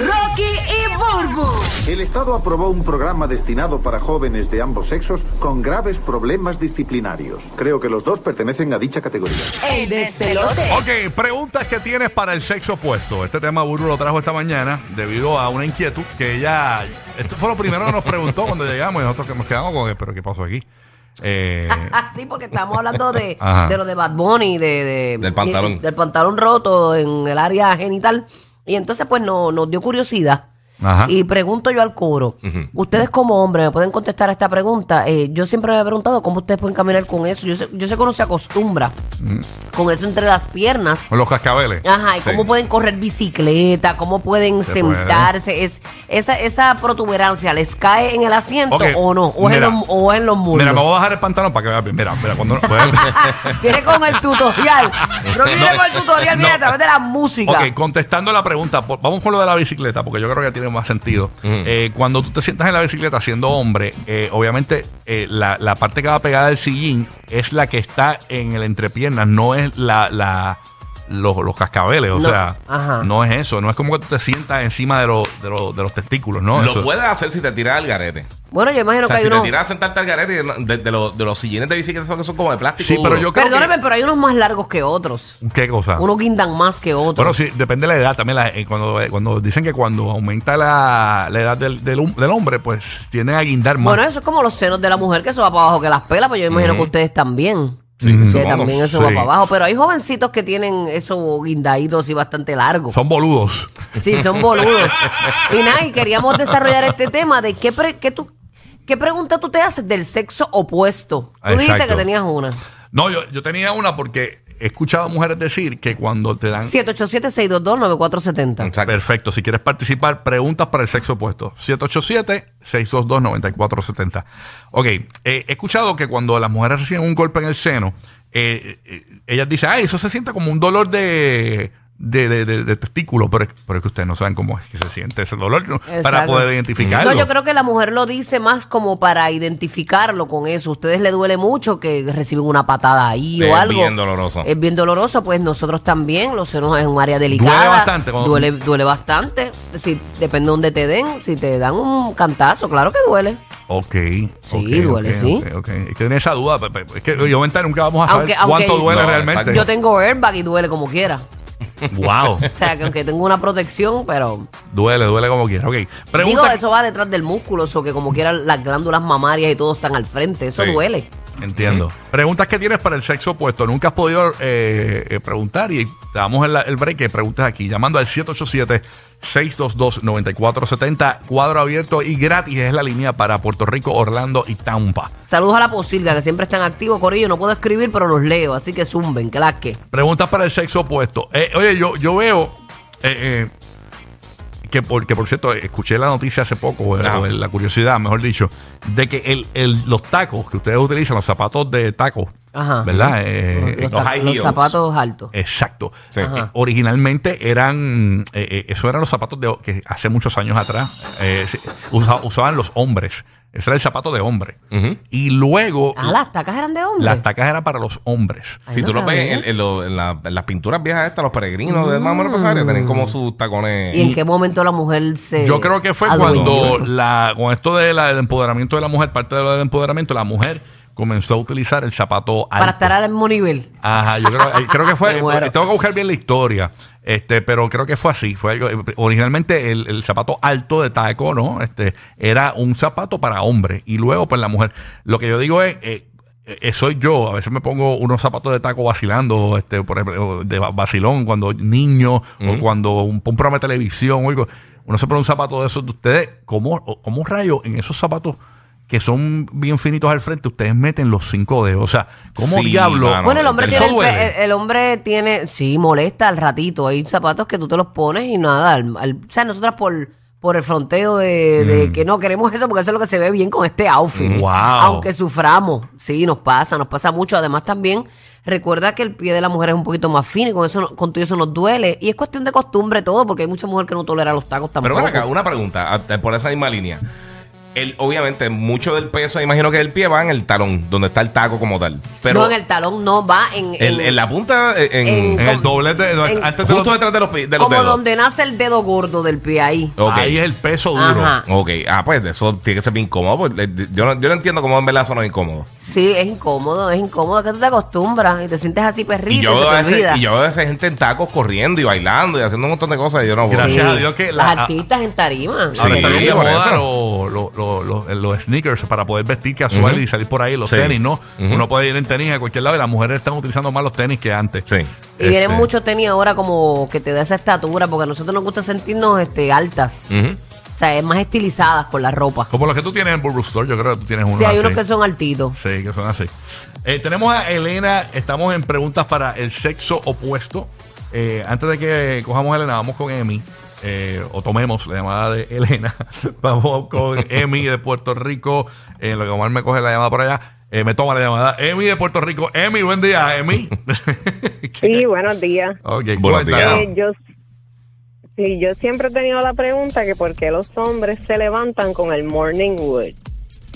Rocky y Burbu. El Estado aprobó un programa destinado para jóvenes de ambos sexos con graves problemas disciplinarios. Creo que los dos pertenecen a dicha categoría. El despelote. Ok, preguntas que tienes para el sexo opuesto. Este tema Buru lo trajo esta mañana debido a una inquietud que ella. Esto fue lo primero que nos preguntó cuando llegamos y nosotros que nos quedamos con. ¿Pero qué pasó aquí? Eh, Ah, sí, porque estamos hablando de, Ajá. de lo de Bad Bunny, de, de- Del pantalón. de- del pantalón roto en el área genital. Y entonces, pues, no- nos dio curiosidad. Ajá. Y pregunto yo al coro, ustedes como hombres me pueden contestar a esta pregunta. Eh, yo siempre me he preguntado cómo ustedes pueden caminar con eso. Yo sé, yo sé que uno se acostumbra Mm. con eso entre las piernas. con los cascabeles. Ajá, y Sí. cómo pueden correr bicicleta, cómo pueden Se puede. sentarse. Es, esa, esa protuberancia, ¿les cae en el asiento Ok, o no? O, es en mira. los, o es en los muslos. Mira, me voy a bajar el pantalón para que veas bien. Mira, mira, cuando. pues, Viene con el tutorial. Rocky viene Este, No. con el tutorial, viene No. a través de la música. Ok, contestando la pregunta, por- vamos con lo de la bicicleta, porque yo creo que tiene más sentido. Eh, cuando tú te sientas en la bicicleta siendo hombre, eh, obviamente eh, la, la parte que va pegada del sillín es la que está en el entrepiernas, no es la, la- los, los cascabeles, o No, sea, ajá. no es eso, no es como que tú te sientas encima de, los- de, los- de los testículos, ¿no? Lo Eso- puedes hacer si te tiras al garete. Bueno, yo imagino O sea, que hay si te unos. tiras a sentarte al garete, de, de los, de los sillines de bicicleta son, que son como de plástico. Sí, pero duro. yo creo Perdóname, pero hay unos más largos que otros. que... ¿Qué cosa? Unos guindan más que otros. Ah. Bueno, sí, depende de la edad también. la- eh, cuando, eh, cuando dicen que cuando aumenta la, la edad del, del hum- del hombre, pues tiende a guindar más. Bueno, eso es como los senos de la mujer, que eso va para abajo que las pelas, pues yo imagino que ustedes también. Sí, Que supongo. también eso va Sí. para abajo. Pero hay jovencitos que tienen esos guindaditos y bastante largos. Son boludos. Sí, son boludos. y nada, y queríamos desarrollar este tema de qué, pre- qué tú, qué pregunta tú te haces del sexo opuesto. Tú dijiste Exacto. que tenías una. No, yo, yo tenía una porque he escuchado mujeres decir que cuando te dan... 787-622-9470. Exacto. Perfecto, si quieres participar, preguntas para el sexo opuesto. 787-622-9470. Ok, eh, he escuchado que cuando las mujeres reciben un golpe en el seno, eh, eh, ellas dicen, ay, eso se siente como un dolor de... De, de- de- de testículo, pero, es- pero es que ustedes no saben cómo es que se siente ese dolor ¿no? para Exacto. poder identificarlo. No, yo creo que la mujer lo dice más como para identificarlo con eso. Ustedes le duele mucho que reciben una patada ahí Es o algo. bien doloroso. Es bien doloroso, pues nosotros también. Los senos es un área delicada. bastante cuando- Duele, duele bastante. Si, depende de dónde te den. Si te dan un cantazo, claro que duele. Ok. Sí, ok, duele, ok, sí. ok, ok. Es que tenía esa duda. pe- pe- Es que yo mental nunca vamos a saber Aunque- aunque- cuánto duele No, realmente. exacto. Yo tengo airbag y duele como quiera. Wow. O sea, que aunque tengo una protección, pero... duele, duele como quiera. Ok. Digo, Pregunta. eso va detrás del músculo, eso que como quiera las glándulas mamarias y todo están al frente. Eso Sí. duele. Entiendo. Preguntas que tienes para el sexo opuesto. Nunca has podido eh, eh, preguntar y te damos el, el break que preguntas aquí. Llamando al 787-622-9470. Cuadro abierto y gratis es la línea para Puerto Rico, Orlando y Tampa. Saludos a la posilga, que siempre están activos, Corillo. No puedo escribir, pero los leo, así que zumben, que las que. Preguntas para el sexo opuesto. Eh, oye, yo, yo veo eh, eh, que, por, que, por cierto, escuché la noticia hace poco, eh, Ah. o la curiosidad, mejor dicho, de que el, el- los tacos que ustedes utilizan, los zapatos de tacos, Ajá. ¿verdad? Eh, los, los ta- high los heels. zapatos altos. Exacto. Sí. Eh, Ajá. originalmente eran, eh, eh, eso eran los zapatos de, que hace muchos años atrás eh, se- usa- usaban los hombres. Ese era el zapato de hombre. Ujú. Y luego Ah, las tacas eran de hombre. las tacas eran para los hombres. Ay, Si no tú lo ves sabía. en, en lo- en la- en las pinturas viejas estas, los peregrinos de más o menos pues, área, tienen como sus tacones. Mm. ¿Y en qué momento la mujer se.? Yo creo que fue adueñó? cuando la, con esto de la- del empoderamiento de la mujer, parte de lo del empoderamiento, la mujer comenzó a utilizar el zapato alto. Para estar al mismo nivel. Ajá, yo creo, eh, creo que Me fue. muero. Tengo que buscar bien la historia. Este, pero creo que fue así. Fue algo- eh, originalmente el, el zapato alto de taco, ¿no? Este, era un zapato para hombre. Y luego, pues, la mujer. Lo que yo digo es. eh, eh, soy yo, a veces me pongo unos zapatos de taco vacilando, este, por ejemplo, de va- vacilón cuando niño o cuando un, un programa de televisión o algo. Uno se pone un zapato de esos de ustedes. ¿Cómo, o- cómo rayos en esos zapatos que son bien finitos al frente, ustedes meten los cinco dedos? O sea, ¿cómo Sí, diablo? mano. Ah, no, bueno, el el- hombre el- tiene. eso El, duele. el- el hombre tiene. Sí, molesta al ratito. Hay zapatos que tú te los pones y nada. al- al- o sea, nosotras por. Por el fronteo de, Mm. de que no queremos eso, porque eso es lo que se ve bien con este outfit. Wow. Aunque suframos, sí, nos pasa, nos pasa mucho. Además, también recuerda que el pie de la mujer es un poquito más fino y con eso, no- con todo eso nos duele. Y es cuestión de costumbre todo, porque hay mucha mujer que no tolera los tacos Pero tampoco. ven acá, una pregunta, a- eh, por esa misma línea. El, obviamente, mucho del peso, imagino que del pie va en el talón, donde está el taco como tal. Pero no, en el talón no va en. el- en la punta, eh, en, En en- el Con- doblete, no, en- antes de justo los- detrás de los, pi- de los como dedos. donde nace el dedo gordo del pie ahí. Ok. ahí es el peso duro. Ajá. Ok, ah, pues eso tiene que ser bien incómodo. pues, eh, Yo no, yo no entiendo cómo en verdad son incómodos. Sí, es incómodo, es incómodo que tú te acostumbras y te sientes así perrito Y y, yo, se veo te a ese- olvida. y yo veo a esa gente en tacos corriendo y bailando y haciendo un montón de cosas. Y yo no voy. Gracias Sí. a Dios que la- las artistas en tarima. Sí. Ahora están Sí, de por moda eso. los, los- los- los- eh, los sneakers para poder vestir casual Ujú. y salir por ahí, los Sí. tenis, ¿no? Ujú. Uno puede ir en tenis a cualquier lado y las mujeres están utilizando más los tenis que antes. Sí. Y vienen Este, muchos tenis ahora como que te da esa estatura, porque a nosotros nos gusta sentirnos este, altas. Ujú. O sea, es más estilizadas con la ropa. Mm. Como los que tú tienes en Burbu Store, yo creo que tú tienes unos Sí, hay unos así. que son altitos. Sí, que son así. Eh, tenemos a Elena, estamos en preguntas para el sexo opuesto. Eh, antes de que cojamos a Elena, vamos con Emi, eh, o tomemos la llamada de Elena. vamos con Emi de Puerto Rico, eh, lo que Omar me coge la llamada por allá. Eh, me toma la llamada. Emi de Puerto Rico. Emi, buen día, Emi. Sí, buenos días. Ok, Buenos cuéntanos. días. Eh, yo, sí, yo siempre he tenido la pregunta que por qué los hombres se levantan con el morning wood.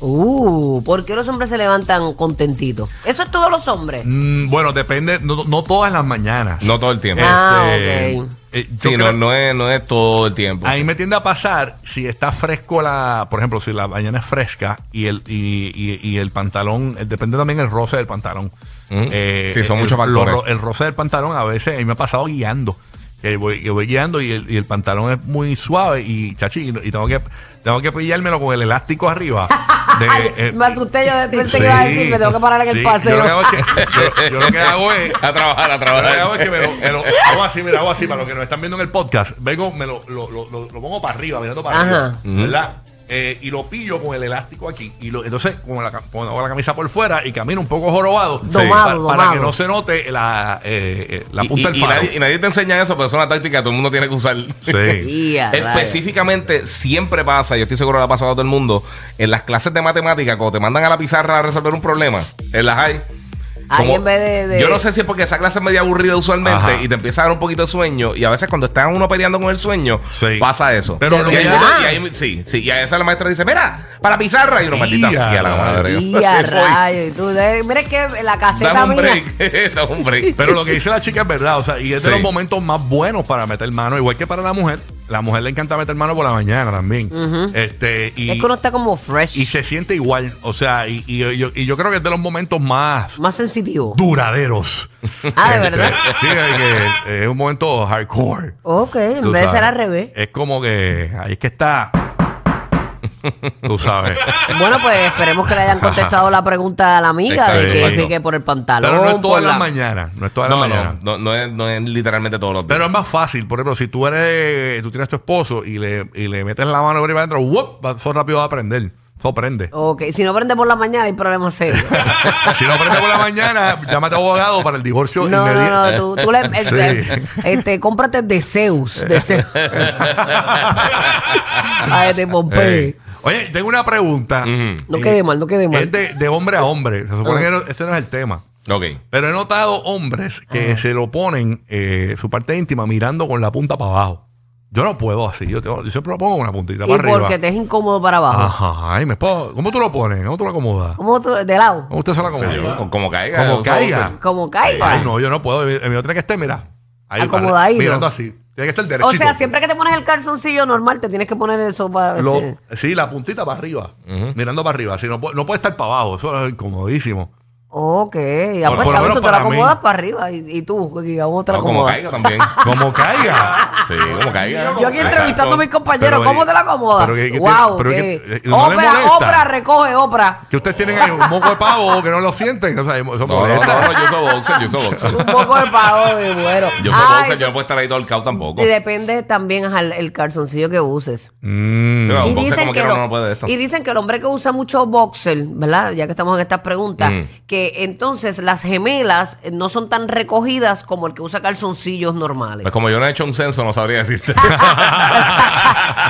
Uh, ¿por qué los hombres se levantan contentitos? Eso es todos los hombres. Mm, bueno, depende, no, no todas las mañanas. No todo el tiempo. Ah. Este, ok. eh, yo Sí, creo- no, no es, no es todo el tiempo. A mí me tiende a pasar, si está fresco la, por ejemplo, si la mañana es fresca y el, y, y- y el pantalón, eh, depende también el roce del pantalón. Eh, Ujú. Mm. Sí, son el- muchos lo- factores. ro- El, roce del pantalón a veces, a mí me ha pasado guiando. Que voy, que voy guiando y el, y el pantalón es muy suave y chachi, y, y tengo que tengo que pillármelo con el elástico arriba. De, Ay, eh, me asusté, yo pensé que iba a decir, me tengo que parar en el sí, paseo. Yo lo que hago es que- yo- yo lo que hago es a trabajar, a Ah, lo que hago trabajar. es que me lo, me lo- hago así, mira, hago así para los que nos están viendo en el podcast. Vengo, me lo, lo, lo, lo- lo pongo para arriba, mirando para Ajá. arriba. ¿Verdad? Eh, y lo pillo con el elástico aquí. Y lo, entonces, como la, cam- pongo la camisa por fuera y camino un poco jorobado. Domado, pa- para, domado. que no se note la, eh, eh, la Y- punta y, del y palo. nadie, y nadie te enseña eso, pero es una táctica que todo el mundo tiene que usar. Sí. Y a rayos. Específicamente, siempre pasa, yo estoy seguro que le ha pasado a todo el mundo, en las clases de matemáticas, cuando te mandan a la pizarra a resolver un problema, en las hay. Ahí como- en vez de- de- Yo no sé si es porque esa clase es media aburrida usualmente Ajá. y te empieza a dar un poquito de sueño. Y a veces cuando está uno peleando con el sueño, Sí. pasa eso. Pero y, lo que ahí- ya- y ahí- sí, sí, y a veces la maestra dice, mira, para pizarra. Y uno, maldita Ya, sea la la madre. Y a Voy. rayo. Y tú, eh, mira, es que la caseta Dame un mía. break, dame un break. Pero lo que dice la chica es verdad, o sea, y es de Sí. los momentos más buenos para meter mano, igual que para la mujer. La mujer le encanta meter mano por la mañana también. Este, y, Es que uno está como fresh, y se siente igual, o sea, y, y- y yo, y yo creo que es de los momentos más más sensitivo. duraderos. Ah, ¿de verdad? Sí, es que eh, es un momento hardcore. Ok, en Tú vez de ser sabes. al revés. Es como que ahí es que está. Tú sabes. Bueno, pues esperemos que le hayan contestado la pregunta a la amiga de que, Exacto. de que por el pantalón. Pero no es todas por las la- mañanas. No es todas las No, mañanas. no, no, no es, no es literalmente todos los días. Pero es más fácil, por ejemplo, si tú eres, tú tienes tu esposo y le, y le metes la mano por ahí para adentro, ¡wup! Va- son rápido va a aprender. Eso prende. Ok, si no prende por la mañana hay problemas serios. si no prende por la mañana, llámate a abogado para el divorcio No, no, inmediato. no, tú, tú le, este, Sí. este, cómprate de Zeus, de Zeus. Ay, de Pompey. Eh, Oye, tengo una pregunta. No Eh, quede mal, no quede mal. Es de, de hombre a hombre. Se supone que no- ese no es el tema. Ok. Pero he notado hombres que se lo ponen eh, su parte íntima mirando con la punta para abajo. Yo no puedo así. Yo, tengo- yo siempre lo pongo con la puntita y para arriba. Ah. porque te es incómodo para abajo. Ajá, ay, me puedo- ¿Cómo tú lo pones? ¿Cómo tú lo acomodas? ¿Cómo tú, de lado? ¿Cómo usted se lo O sea, yo, acomoda? como, como caiga. Como o sea, caiga. o sea, Como caiga. Ay, no, yo no puedo. El mío tiene que estar, mira. para- Acomodadito. Mirando así. Tiene Tiene que estar O derechito. sea, siempre que te pones el calzoncillo normal, te tienes que poner eso para. este, Lo- vestir. sí, la puntita para arriba, mirando para arriba. Así, no, pu- no puede estar para abajo, eso es incomodísimo. Por- Ok, por lo apuesta, menos tú te lo para mí. acomodas para arriba y, y tú, y a otra No, como acomodas. caiga también. Como caiga. Sí, como caiga. Yo aquí Exacto. entrevistando a mis compañeros, Pero, ¿cómo eh, te la acomodas? pero que- que- wow, pero que- que- eh, no le Oprah, molesta. Oprah, recoge, Oprah. Que ustedes tienen ahí un moco de pavo que no lo sienten. O sea, eso No, no, molesta. no, no, yo soy boxer, yo soy boxer. Un poco de pavo, me muero. Yo soy Ah, boxer, eso- yo no puedo estar ahí torcado tampoco. Y depende también ajá, el, el calzoncillo que uses. Mm. Pero y, un boxer dicen como que quiera lo- uno no puede de esto. y dicen que el hombre que usa mucho boxer, ¿verdad? Ya que estamos en estas preguntas, Mm. que entonces las gemelas eh, no son tan recogidas como el que usa calzoncillos normales. Pues como yo no he hecho un censo, no sabría decirte.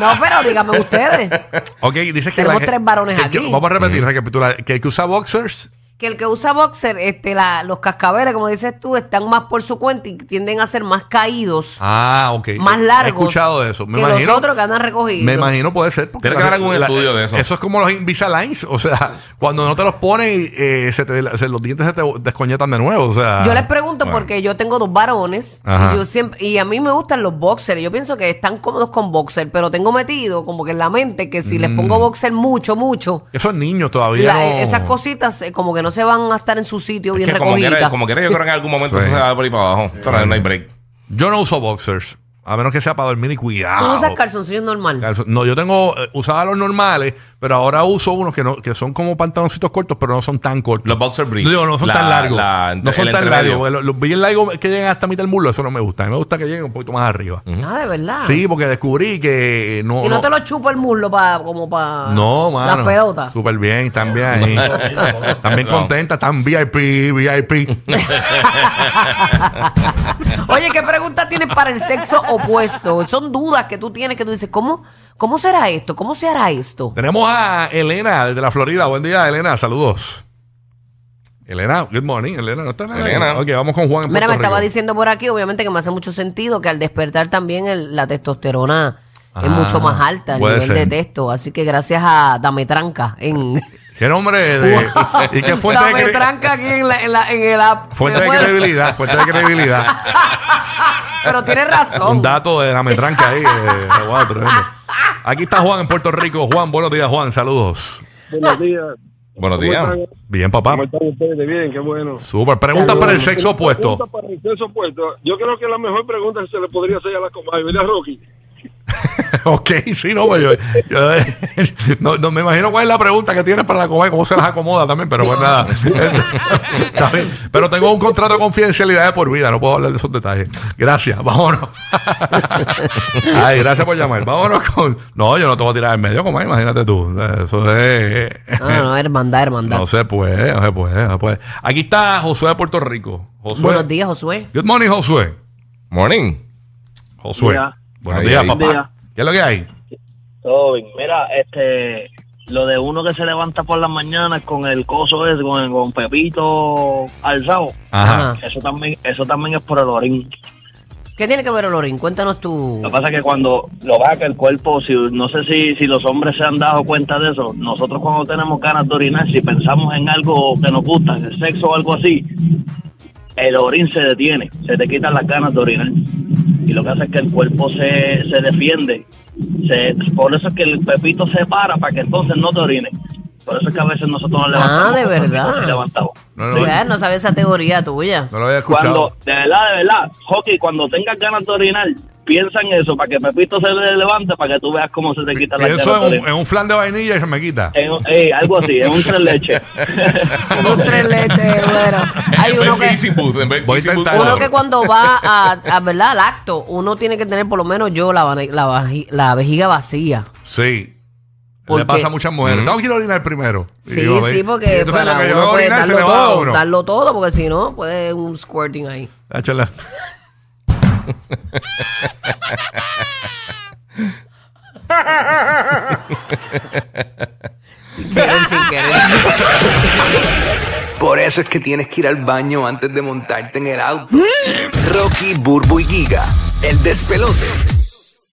no, pero díganme ustedes. Ok, dices que Tenemos la- tres varones que- que- aquí. vamos a repetir, recapitular. Que el que usa boxers, Que el que usa boxer, este, la, los cascabeles, como dices tú, están más por su cuenta y tienden a ser más caídos, ah, ok. más largos. He escuchado de eso. Me que imagino. los otros que andan recogidos. Me imagino puede ser. porque Tiene que la- haber algún la- estudio de eso. Eso es como los Invisaligns. O sea, cuando no te los ponen, eh, se te- se- los dientes se te descoñetan de nuevo. O sea, Yo les pregunto Bueno. porque yo tengo dos varones Ah, Ajá. y, yo siempre, y a mí me gustan los boxers. Yo pienso que están cómodos con boxer, pero tengo metido como que en la mente que si les Mm. pongo boxer mucho, mucho, Esos niños todavía. la- no- esas cositas eh, como que no se van a estar en su sitio Es bien que como quiera, recogidas. como quiera, yo creo que en algún momento Sí. eso se va por ahí para abajo. Eso no hay break. Yo no uso boxers. A menos que ah, sea para dormir y cuidado. Tú usas calzoncillos normal. Calzo- No, yo tengo, eh, usaba los normales, pero ahora uso unos que no, que son como pantaloncitos cortos, pero no son tan cortos. Los boxer briefs. Digo, no son La- tan largos. la- no son el tan entremedio. largos. porque Los, los bien largos que llegan hasta mitad del muslo, eso no me gusta. A mí me gusta que lleguen un poquito más arriba. Mm. Ah, de verdad. Sí, porque descubrí que eh, no. y no- no, te lo chupa el muslo pa, como para No, mano. las pelotas. Súper bien, también ahí. también No. contenta, tan VIP, VIP. Oye, ¿qué preguntas tienes para el sexo opuesto? Son dudas que tú tienes que tú dices, ¿cómo, cómo será esto? ¿Cómo se hará esto? Tenemos a Elena desde la Florida. Buen día, Elena. Saludos. Elena, good morning. Elena, ¿no está Elena? Elena. Ok, vamos con Juan. en Mira, me Puerto estaba Rico. diciendo por aquí, obviamente que me hace mucho sentido que al despertar también el- la testosterona Ah, es mucho más alta, el puede nivel ser. de texto. Así que gracias a Dame Tranca en. ¿Qué nombre de, y qué fuente de, Dame cre- Tranca aquí en, la, en, la- en el app. fuente Me de muero. credibilidad? Fuente de credibilidad. Pero tienes Un razón. dato de la metranca ahí. eh, wow, tremendo. Aquí está Juan en Puerto Rico. Juan, buenos días, Juan. Saludos. Buenos días. Buenos ¿Cómo días. están? Bien, ¿Cómo papá. están ustedes? Bien, qué bueno. Súper. Pregunta para el sexo Pregunta opuesto. para el sexo opuesto. Yo creo que la mejor pregunta que se le podría hacer a la comadre, ¿verdad, Rocky? ok, sí, no, pues yo, yo- no, no me imagino cuál es la pregunta que tienes para la comer, cómo se las acomoda también, pero bueno, nada. Está bien. pero tengo un contrato de confidencialidad de por vida, no puedo hablar de esos detalles. Gracias, vámonos. Ay, gracias por llamar. Vámonos con. No, yo no te voy a tirar en medio, como imagínate tú. Eso es. eh, No, no, no, hermandad, hermandad. No se puede, no se puede, no se puede. Aquí está Josué de Puerto Rico. Josué. Buenos días, Josué. Good morning, Josué. Morning. Josué. Día. Buenos Ahí, días, ahí. papá. Día. ¿Qué es lo que hay? Todo bien. Mira, este, lo de uno que se levanta por las mañanas con el coso ese, con, el- con Pepito alzado, Ajá. Ajá. eso también, eso también es por el orín. ¿Qué tiene que ver el orín? Cuéntanos tú. Lo que pasa es que cuando lo baja el cuerpo, si, no sé si, si los hombres se han dado cuenta de eso, nosotros cuando tenemos ganas de orinar, si pensamos en algo que nos gusta, en el sexo o algo así, el orín se detiene, se te quitan las ganas de orinar. Y lo que hace es que el cuerpo se, se defiende. Se, por eso es que el pepito se para para que entonces no te orines. Por eso es que a veces nosotros nos levantamos. Ah, de con el verdad. pepito así levantado. No, no, Bueno, Pues, no sabes esa teoría tuya. no lo había escuchado. Cuando, de verdad, de verdad, Hockey, cuando tengas ganas de orinar, piensa en eso, para que Pepito se le levante, para que tú veas cómo se te quita la eh, Pienso en un, en un flan de vainilla y se me quita. algo así, es un tres leche. Un tres leches, bueno. Eh, Hay uno que. Kissing Booth, en vez de Voy a Kissing Booth, intentar otro. Uno que cuando va a, a, ¿verdad? al acto, uno tiene que tener por lo menos yo la, vane- la, vaji- la vejiga vacía. Sí. ¿Por Le qué? Mm. pasa a muchas mujeres. Ujú. No quiero orinar primero. Y Sí, digo, sí, "Ve". Y porque entonces para lo que yo uno voy a pues, orinar se darlo me va a todo, uno. darlo todo, porque si no, puede un squirting ahí. Ah, chela. Sin querer, sin querer. Por eso es que tienes que ir al baño antes de montarte en el auto. Rocky, Burbu y Giga, el despelote.